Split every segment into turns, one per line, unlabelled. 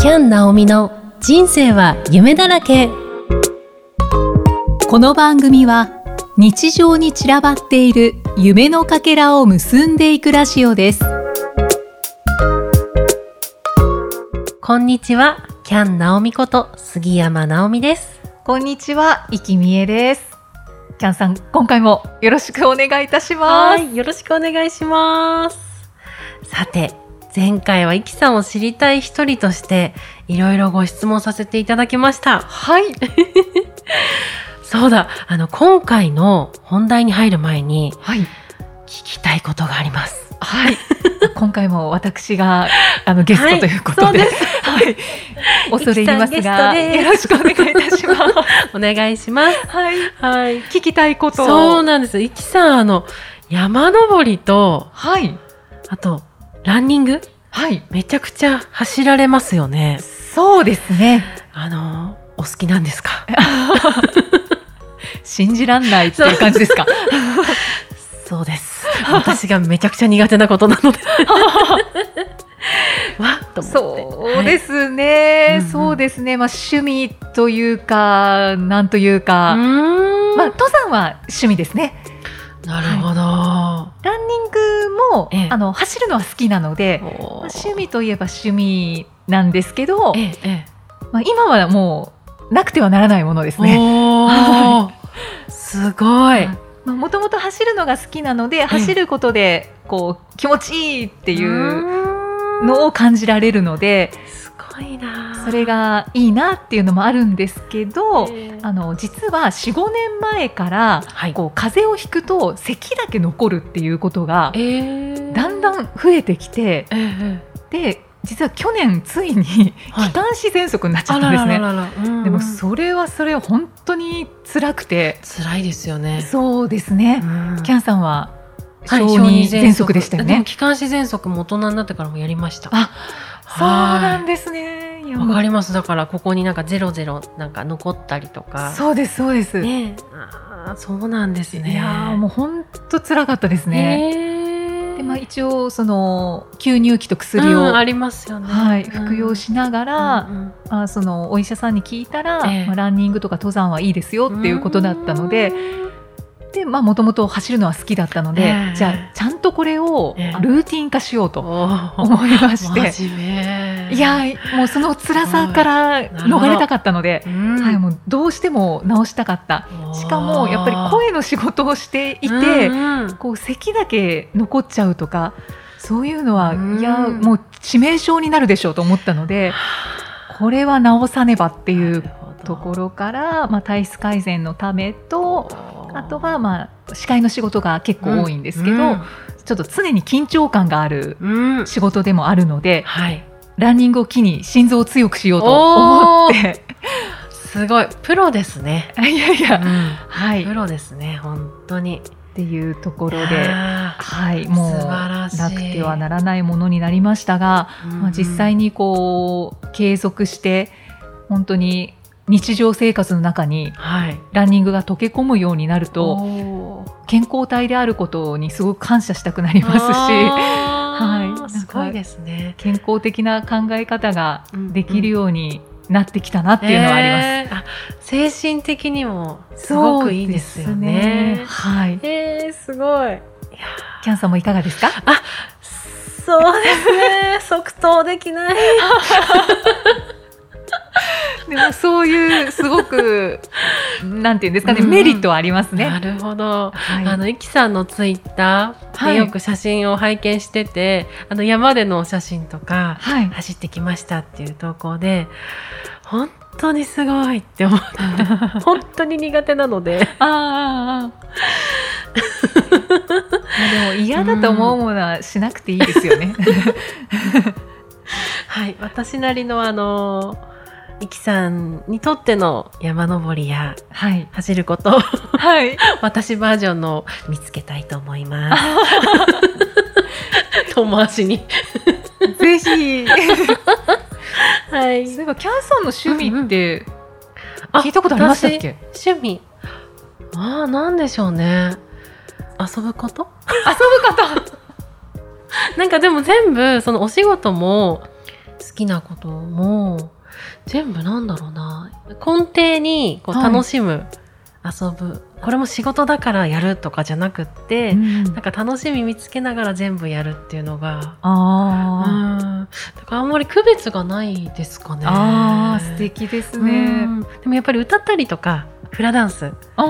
キャン・ナオミの人生は夢だらけ
この番組は日常に散らばっている夢のかけらを結んでいくラジオです
こんにちはキャン・ナオミこと杉山直美です
こんにちは、いきみえですキャンさん、今回もよろしくお願いいたします
いよろしくお願いしますさて前回はイキさんを知りたい一人としていろいろご質問させていただきました
はい、
そうだあの今回の本題に入る前に
はい、
聞きたいことがあります
はい今回も私 があのゲストということで、
はい
はい、恐れ入りますが
いき
よ
さん
ろ
ゲ
し
ス
く
ト
お
で
願いい
す
た しま
お願いしま
す
す
はい、
はい
聞きたいこと
そうなんです。イキさん、あの、山登りと、
はい、
あと、ランニング
はい
めちゃくちゃ走られますよね。
そうですね
あの、お好きなんですか
信じらんないっていう感じですか
そうです。私がめちゃくちゃ苦手なことな ので。わっと思って。。
そうですすね、
うんうん
そうですねまあ趣味というかなんという
う
か、
ーん。
まあ登山は趣味ですね
なるほど。
ランニングも、
ええ
あの走るのは好きなので、
お
まあ
ー
趣味といえば趣味なんですけど、
ええ、え
まあ、今はもうなくてはならないものです
え。
ね。
おー
は
すごい。
もともと走るのが好きなので走ることでこう気持ちいいっていう
うーん
のを感じられるので、
すごいな。
それがいいなっていうのもあるんですけど、
ええ
あの実は45年前から
はい。
こう風邪をひくと咳だけ残るっていうことが
ええ
だんだん増えてきて
ええ
で実は去年ついに
はい
気管支喘息になっちゃ
あ
った
ら
んで
ら
すね。
ららら、うん
でもそれはそれは本当に辛くて、
辛いですよね。
そうですね。
うん
キャンさんは
はい
小児喘息でしたよ
でも
ね。
気管支喘息も大人になってからもやりました。
あそうなん
で
ですね。いや
わか
も
ります。だからここになんかゼロゼロなんか残ったりと
う
か。
そうですそうです。
ねえ。あーそうなんですね。
いやーもう本当辛かったです
う
ね。
ね。
でまあ一応その吸入器と薬
う
を、
んありますよね。
はい
うん
服用しながら、
うんうん
あそのお医者さんに聞いたら、
ええ
まあ、ランニングとか登山はいいですよっていうことだったので、でまあもともと走るのは好きだったので、
ええ
じゃあちゃんとこれを
ええ
ルーティン化しよう
お
と
ー
思いまして。
真面目。
いやーもうその辛さから逃れたかったので、
うん、
はい、もうどうしても直したかったしかもやっぱり声の仕事をしていて、
うんうん
こう咳だけ残っちゃうとかそういうのは、
うん
いやーもう致命傷になるでしょうと思ったのでこれは直さねばっていうところから、まあ、体質改善のためとあとは、まあ、司会の仕事が結構多いんですけど、ちょっと常に緊張感がある
うんうん
仕事でもあるので
はい、
ランニングを機に心臓を強くしようと思って。
すごいプロですね。
いやいや、はい、
プ
っ
ロですね本当に。
ていうとこ
プ
ろで、はい、も
素晴ら
う
しい
なくてはならないものになりましたが、まあ、実際にこう継続して本当に日常生活の中に
はい
ランニングが溶け込むようになると
おー
健康体であることにすごく感謝したくなりますし
あー
はい
すごいですね。
健康的な考え方ができる
よ
ようになってきたなっていうのはあり
ま
ます。
す、えーあ精神的にもすごくいいですよね。
はい、
えー、すごい。
キャンさんもいかがですか？
そうですね 即答できない。
でもそういうすごく なんていうんですかね、
うんうん
メリットはあります
な
ね。
るほど。
はい
あのイキさんのツイッター
は
で
い
よく写真を拝見してて、あの山でのお写真とか
はい、
走ってきましたっていう投稿で本当にすごいって思って 本当に苦手なので
ああ ああでも嫌だと思うものはしなくていいですよね。
はい私なりのあのイキさんにとっての山登りや
はい
走ることを
はい。
私バージョンのを見つけたいと思います。 遠回しに。
ぜひ。
は
そうい
い。
えばキャンさんの趣味って
あ
聞いたことありましたっけ？
趣味ああなんでしょうね遊ぶこと
遊ぶ方。
なんかでも全部そのお仕事も好きなことも全部なんだろうな根底にこう
はい
楽しむ、遊ぶこれも仕事だからやるとかじゃなくって、
うん
なんか楽しみ見つけながら全部やるっていうのが。うん、
あ
だからあんまり区別がないですかね。
ーあー素敵です
う
ね。
んでもやっぱり歌ったりとかフラダンスは
あ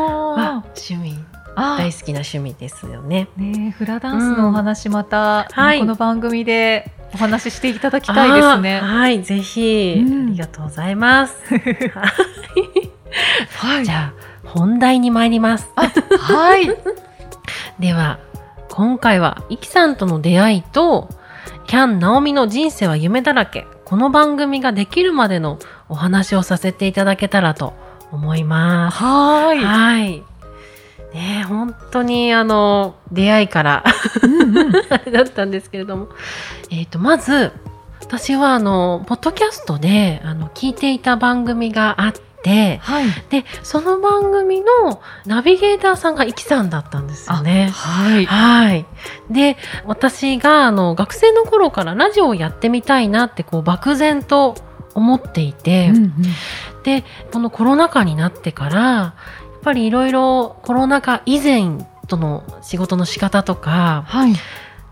趣味
ーあ
大好きな趣味ですよね。
ーねえフラダンスのお話また、
うんはい
この番組でお話ししていただきたいです
あー
ね。
はい、ぜひ、
うん
ありがとうござい ます。
は
じゃあ本題に参ります。
はい。
では今回はイキさんとの出会いとキャン・ナオミの人生は夢だらけこの番組ができるまでのお話をさせていただけたらと思います。
はい。
はい。ねえ本当にあの出会いから
うんうん
あ れだったんですけれども、えー、とまず私はあのポッドキャストであの聞いていた番組があって
はい。
でその番組のナビゲーターさんがイキさんだったんですよね。
はい。
はい。で、私があの学生の頃からラジオをやってみたいなってこう漠然と思っていて、
うんうん
で、このコロナ禍になってから、やっぱりいろいろコロナ禍以前との仕事の仕方とか、
はい。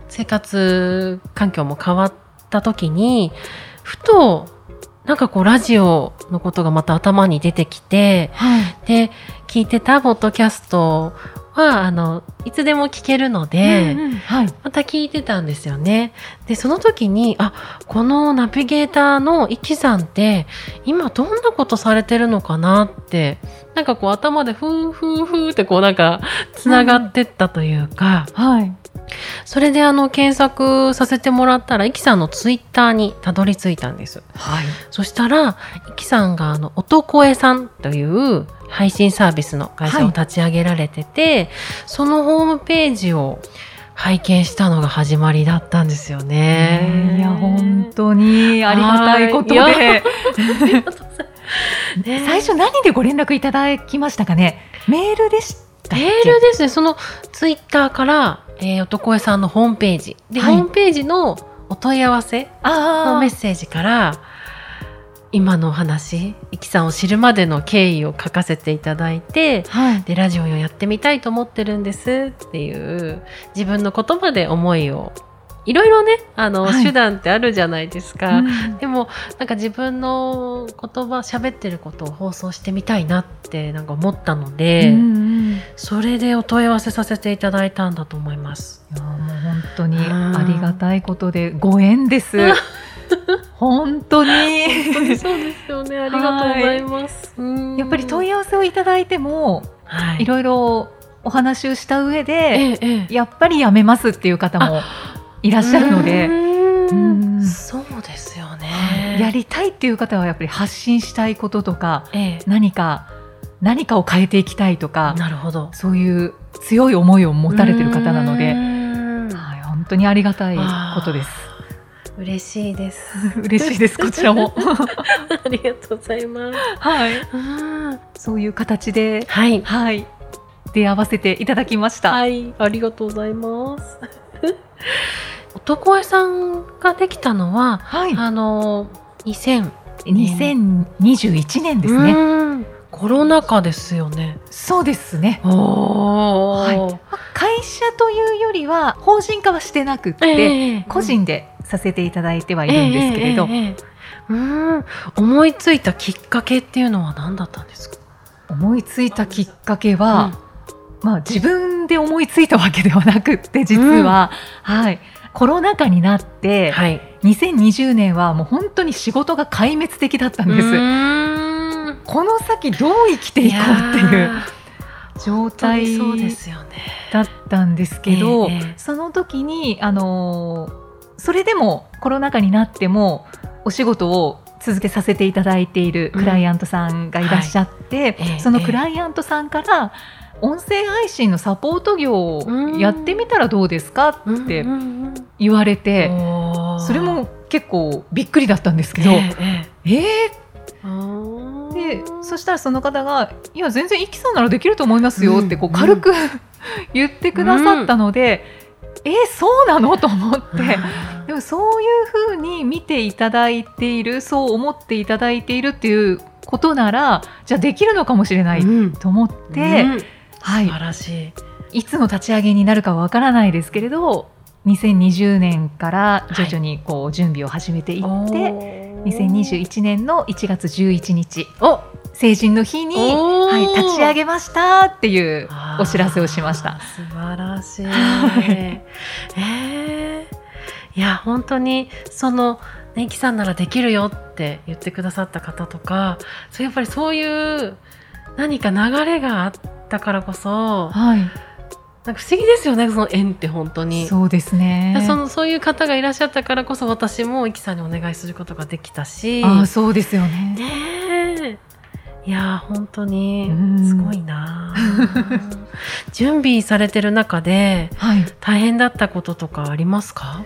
生活環境も変わった時に、ふと、なんかこうラジオのことがまた頭に出てきて、
はい。
で、聞いてたポッドキャストは、あの、いつでも聞けるので、
うんうんはい。
また聞いてたんですよね。で、その時に、あ、このナビゲーターのイキさんって、今どんなことされてるのかなって、なんかこう頭でふーふーふーってこうなんか、つながってったというか、
はい。
それであの、検索させてもらったら、イキさんのツイッターにたどり着いたんです。
はい。
そしたら、イキさんがあの、男絵さんという配信サービスの会社を立ち上げられてて、そのホームページを拝見したのが始まりだったんですよね。
いや本当にありがたいこと
はいい
で
当 ね
最初何でご連絡いただきましたかねメールでしたっけ
メールですね、そのツイッターから、えー男絵さんのホームページ。で、
はい
ホームページのお問い合わせの
あ
メッ
ー
セージから、今のお話、イキさんを知るまでの経緯を書かせていただいて、
はい
でラジオをやってみたいと思ってるんですっていう自分の言葉で思いをいろいろねあの、
はい
手段ってあるじゃないですか、
うん
でもなんか自分の言葉喋ってることを放送してみたいなってなんか思ったので、
うんうんい
それでお問い合わせさせていただいたんだと思います。
やもう本当にありがたいことでご縁 です
うん
本当に
そうですよねあ
りがとうござい
ます。
やっぱり問
い、
い合わせをいただいても
はい、
いろいろお話をした上で
ええええ
やっぱりやめますっていう方もいらっしゃるので
うーん
うん
そうですよね。
やりたいっていう方はやっぱり発信したいこととか
ええ
何か何かを変えていきたいとか
なるほど。
そういう強い思いを持たれてる方なの
う
で、
ーん
はい、本当にありがたいことです。
嬉しいです。
嬉しいですこちらも
ありがとうございます。
はいそういう形で
はい。
はい出会わせていただきました、
はい、ありがとうございます。 男江さんができたのは、
はい
あの2000
2021年
で
で
すす
ね、
ね。コロナ禍ですよね。
そうですね
お
はまあ会社というよりは法人化はしてなくって、
で
個人でさせていただいてはいるんですけれど、
うん思いついたきっかけっていうのは何だったんですか。
思いついたきっかけは、まあ、自分で思いついたわけではなくって実は、はい、コロナ禍になっ
う
て、
んはい。
2020年はもう本当に仕事が壊滅的だったんです。
うー ん
この先どう生きていこうっていう状
絶対
態
そうですよね。
だったんですけど、
ええええ
その時に、あのーそれでもコロナ禍になってもお仕事を続けさせていただいているクライアントさんがいらっしゃって、
はいええ
そのクライアントさんから音声配信のサポート業をやってみたらどうですかって
うんうんうん
言われて、
おー
それも結構びっくりだったんですけど、
ええ
えー
え
で
え
そ
て
したらその方が「いや全 然イキさんならできると思いますよ」ってこう
うん
軽く言ってくださったので、えそうなのと思って
うん
でもそういうふうに見ていただいているそう思っていただいているっていうことならじゃあできるのかもしれない
うん
と思って、
うん素
はい
晴らしい。
いつの立ち上げになるかはわからないですけれど2020年から徐々にこう準備を始めていって、2021年の1月11日
お
成人の日に、はい、立ち上
げ
げましたっていうお知らせをしました。
素晴らしい。
はい
えーいや本当にそのねきさんならできるよって言ってくださった方とか、そうやっぱりそういう何か流れがあったからこそ、
はい、
なんか不思議ですよねその縁って本当に。
そうですね。
そのそういう方がいらっしゃったからこそ私もいきさんにお願いすることができたし
あーそうですよね。
ねえいやー本当に
うん
すごいな あ準備されてる中で
はい、
大変だったこととかありますか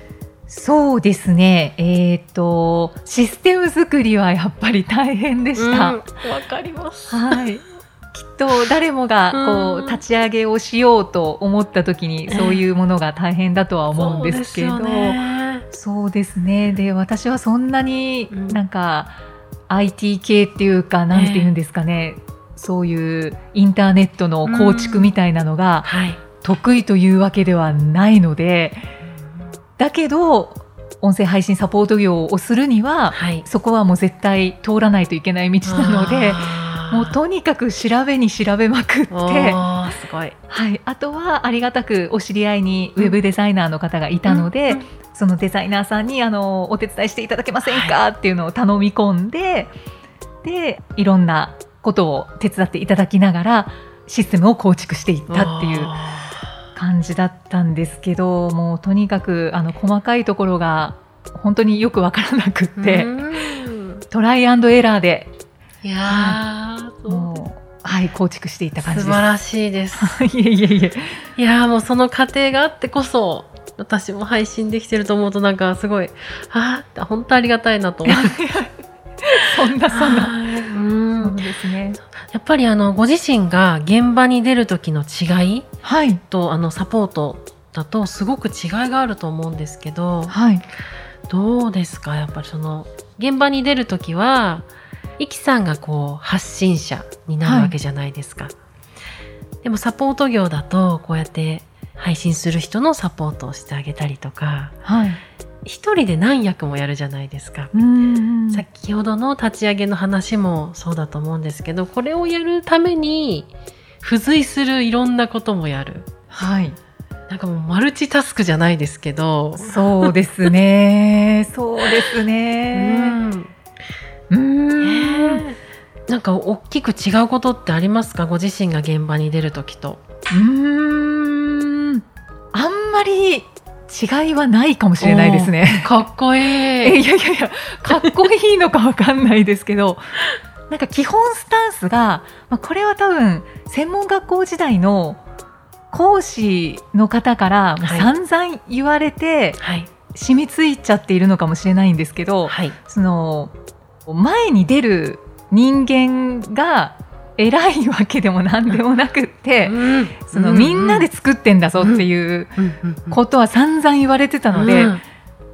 そうですね。えっ、とシステム作りはやっぱり大変でした。
うんわかります
はい。 きっと誰もが
う
こ
ん
う立ち上げをしようと思った時に
ええ
そういうものが大変だとは思うんですけど、
そうですよね
そうですね。で、私はそんなに
うん
なんか IT 系っていうか、なんて言うんですかね。そういうインターネットの構築みたいなのが
はい
得意というわけではないので、だけど音声配信サポート業をするには
はい
そこはもう絶対通らないといけない道なので
あー
もうとにかく調べに調べまくって、
おーすごい
はい、あとはありがたくお知り合いにウェブデザイナーの方がいたので、
うんうん
そのデザイナーさんにあのお手伝いしていただけませんかっていうのを頼み込んで、でいろんなことを手伝っていただきながらシステムを構築していったっていう感じだったんですけどもうとにかくあの細かいところが本当によくわからなくって、
うん
トライアンドエラーで
いやーそうです
もう、はい、構築していった感じ
素
で
晴らしい です
す。いえいえいえ
いやーもうその過程があってこそ私も配信できてると思うとなんかすごいああ本当ありがたいなと思って
そんなそんな。
はい
そう
うん
ですね。
やっぱりあのご自身が現場に出る時の違い
はい。
とあのサポートだとすごく違いがあると思うんですけど
はい。
どうですかやっぱりその現場に出る時はイキさんがこう発信者になるわけじゃないですか、でもサポート業だとこうやって配信する人のサポートをしてあげたりとか
はい。
一人で何役もやるじゃないですか、
うんさっき
先ほどの立ち上げの話もそうだと思うんですけどこれをやるために付随するいろんなこともやる
はい。
なんかもうマルチタスクじゃないですけど、
そうですね。そうです
う
ね。
んね
うん。
えなんか大きく違うことってありますかご自身が現場に出る時と。
うん。あんまり違いはないかもしれないですね。
かっこい
え
い。
いやいやいや、かっこいいのかわかんないですけど。なんか基本スタンスが、まあ、これは多分専門学校時代の講師の方からもう散々言われて、
はい
染みついちゃっているのかもしれないんですけど
はい。
その前に出る人間が偉いわけでも何でもなくってそのみんなで作ってんだぞっていうことは散々言われてた
た
ので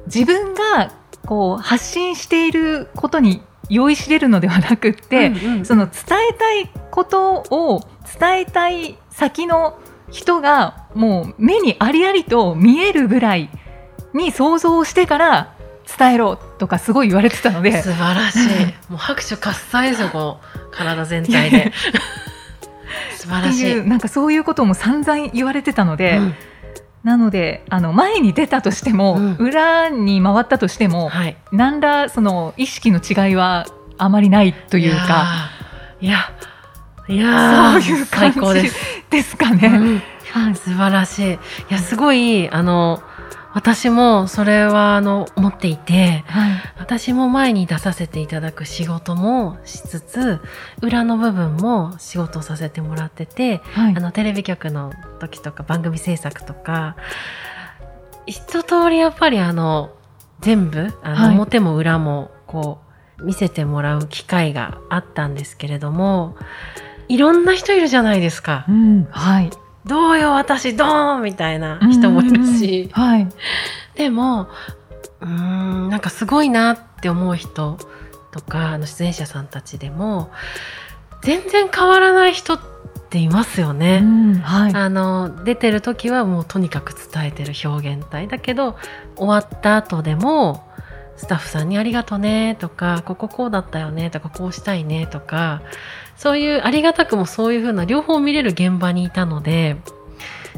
自分がこう発信していることに酔いしれるのではなくってその伝えたいことを伝えたい先の人がもう目にありありと見えるぐらいに想像をしてから伝えろとかすごい言われてたので
素晴らしい。もう拍手喝采ですよこの体全体で。素晴
って
らしい。
いうなんかそういうことも散々言われてたので、
うん
なのであの前に出たとしても、
うん
裏に回ったとしても
はい。
何らその意識の違いはあまりないというか。
いやー。いやいやー
そういう感
最
じ
高です。
ですか
う
ね。
ん
はい
素晴らしい。いやすごいあの私もそれはあの持っていて。
はい
私も前に出させていただく仕事もしつつ裏の部分も仕事をさせてもらってて
はい
あのテレビ局の時とか番組制作とか一通りやっぱりあの全部あの、
はい
表も裏もこう見せてもらう機会があったんですけれどもいろんな人いるじゃないですか
う。んはい
どうよ私ドーンみたいな人もいるし、
うんうんうんはい、
でもうーんなんかすごいなって思う人とかあの出演者さんたちでも全然変わらない人っていますよね。
うんはい、
あの出てる時はもうとにかく伝えてる表現体だけど終わった後でもスタッフさんに「ありがとね」とか「こここうだったよね」とか「こうしたいね」とかそういうありがたくもそういう風な両方見れる現場にいたので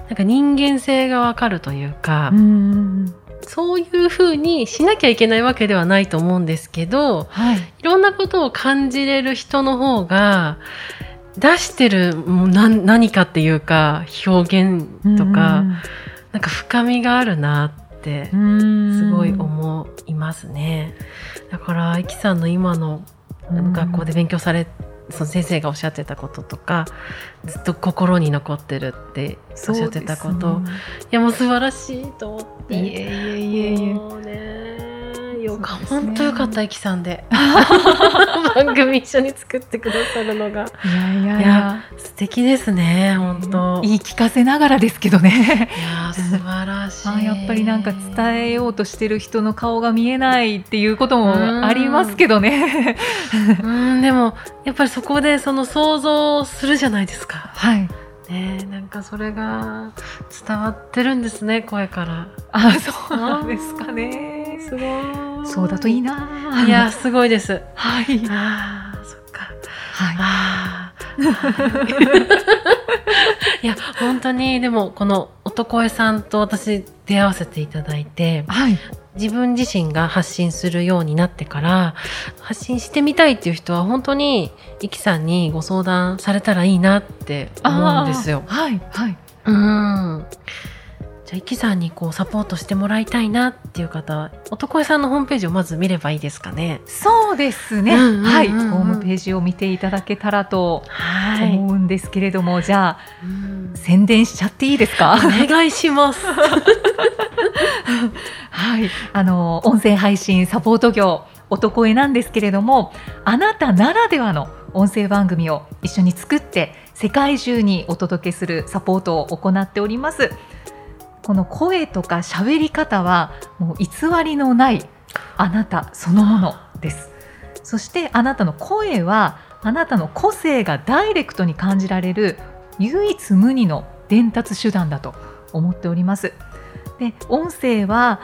なんか人間性がわかるというか、
うんうんうん
そういう風にしなきゃいけないわけではないと思うんですけど
はい、
いろんなことを感じれる人の方が出してるもう何何かっていうか表現とか、なんか深みがあるなって
うんうん、
すごい思いますね。だから、いきさんの今の
うん
学校で勉強され、その先生がおっしゃってたこととか、ずっと心に残ってるっておっしゃってたこと、
そうで
いやもう素晴らしいと思っ
す
て。
ねいえいえいえいえ
もうね、よか、
そうですね
本当よかった、いきさんで。 番組一緒に作ってくださるのが。
いやい
い
や
や素敵ですね、本当。
言い聞かせながらですけどね
いやー素晴らし
あー
い。
やっぱりなんか伝えようとしてる人の顔が見えないっていうこともありますけどね
うんでもやっぱりそこでその想像するじゃないですか。
はい
ねえなんかそれが伝わってるんですね声から。
あーそうなんですかね
すごい。
そうだといい。ない
やすご いです。
はい
ああそっか。
は
ああ。 いや本当にでもこの男江さんと私出会わせていただいて
いはい
自分自身が発信するようになってから発信してみたいっていう人は本当にイキさんにご相談されたらいいなって思うんですよ
あ。ーはいはい
うん。じゃあ、イキさんにこうサポートしてもらいたいなっていう方、男江さんのホームページをまず見ればいいですかね。
そうですね、
うんうんうんうん
はいホームページを見ていただけたらと
は
思うんですけれども、じゃあ
うん
宣伝しちゃっていいですか
お願いします。
はいあの音声配信サポート業男へなんですけれどもあなたならではの音声番組を一緒に作って世界中にお届けするサポートを行っておりますこの声とか喋り方はもう偽りのないあなたそのものですそしてあなたの声はあなたの個性がダイレクトに感じられる唯一無二の伝達手段だと思っておりますで音声は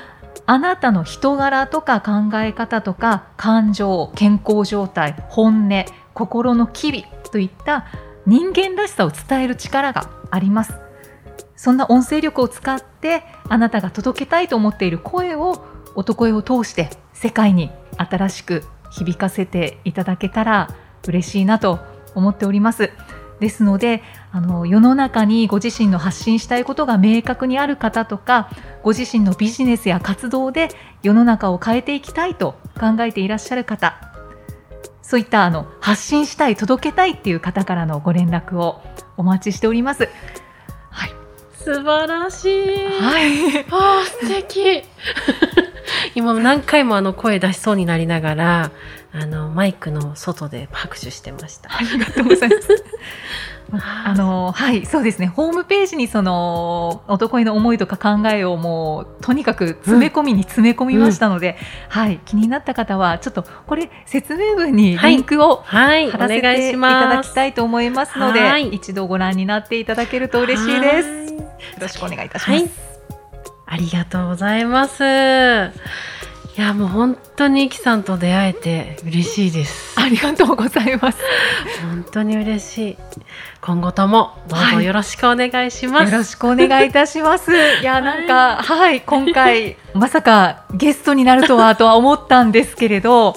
あなたの人柄とか考え方とか感情健康状態本音心の機微といった人間らしさを伝える力がありますそんな音声力を使ってあなたが届けたいと思っている声を男声を通して世界に新しく響かせていただけたら嬉しいなと思っておりますですのであの世の中にご自身の発信したいことが明確にある方とかご自身のビジネスや活動で世の中を変えていきたいと考えていらっしゃる方そういったあの発信したい届けたいっていう方からのご連絡をお待ちしております。はい、
素晴らしい。
はい、
ああ、素 敵。今何回もあの声出しそうになりながら、あのマイクの外で拍手してました。
ありがとうございます。
あ
あのはいそうですねホームページにその男への思いとか考えをもうとにかく詰め込みに詰め込みましたので、はい気になった方はちょっとこれ説明文にリンクを
はい、お
貼らせ
願い
てい
したま
だ
す
き。たいと思いますので、
はい
一度ご覧になっていただけると嬉しいです。よ
はーい。
ろしくお願いいたしま
は
す。
い。ありがとうございます。いや、もう本当にイキさんと出会えて嬉しいです。
ありがとうございます。よ
本当に嬉しい。今後ともどうぞよろしくお願いします。
ろしくお願いいたしま す。いや、なんか、はい、今回、まさかゲストになるとは、とは思ったんですけ れど、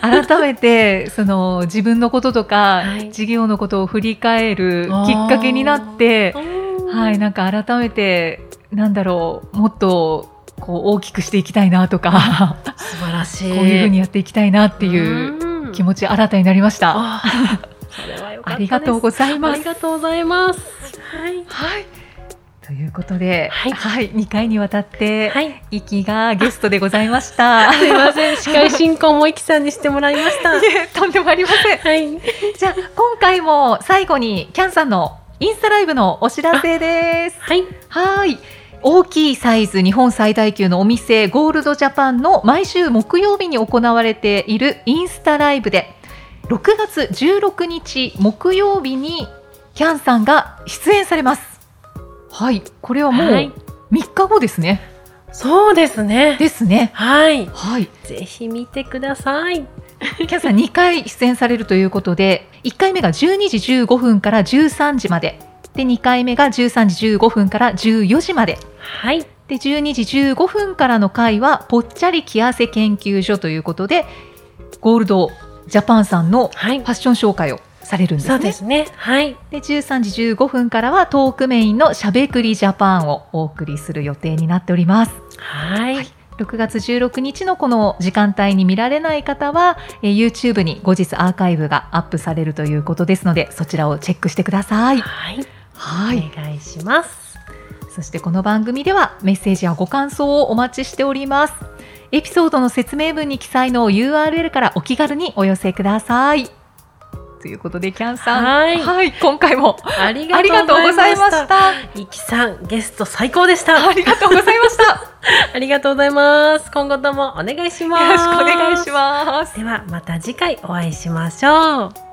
改めて、その、自分のこととか、
はい
事業のことを振り返る
あー
きっかけになって、
は
はい、なんか改めて、なんだろう、もっと、こう、大きくしていきたいなとか、
素晴らしい。
こういうふうにやっていきたいなっていう
う
気
ち。
持ち新たになりました。
あそれは良かったです。
ありがとうございま
あ
す
り。がとうございます。はい。
はい。ということで、
は
はいい、2回にわたって、
はい。
イキがゲストでございました。
すいませ ん。司会進行もイキさんにしてもらいました。
いえとんでもありません。
はい。
じゃあ今回も最後にキャンさんのインスタライブのお知らせです。
はい。
はい。大きいサイズ日本最大級のお店ゴールドジャパンの毎週木曜日に行われているインスタライブで6月16日木曜日にキャンさんが出演されますはいこれはもう
はい
3日後ですね、
そうですね。
ですね
はい。
はい
ぜひ見てください。
キャンさん2回出演されるということで1回目が12時15分から13時までで2回目が13時15分から14時まで
はい。
で12時15分からの回はぽっちゃり着痩せ研究所ということでゴールドジャパンさんのフ
はい
ァ。ッション紹介をされるんです
そ
ね
うですね。はい。
で13時15分からはトークメインのしゃべくりジャパンをお送りする予定になっております
はい。
はい6月16日のこの時間帯に見られない方は、えー YouTube に後日アーカイブがアップされるということですのでそちらをチェックしてください
はい。
はい
お願いします。
そしてこの番組ではメッセージやご感想をお待ちしております。エピソードの説明文に記載の URL からお気軽にお寄せください。ということでキャンさん、
はい
今回も
あり
ありがとうございまし。た。
いきさん、ゲスト最高でした。
ありがとうございました。 よ
ありがとうございます。今後ともお願いします。
ろしくお願いします。
ではまた次回お会いしましょう。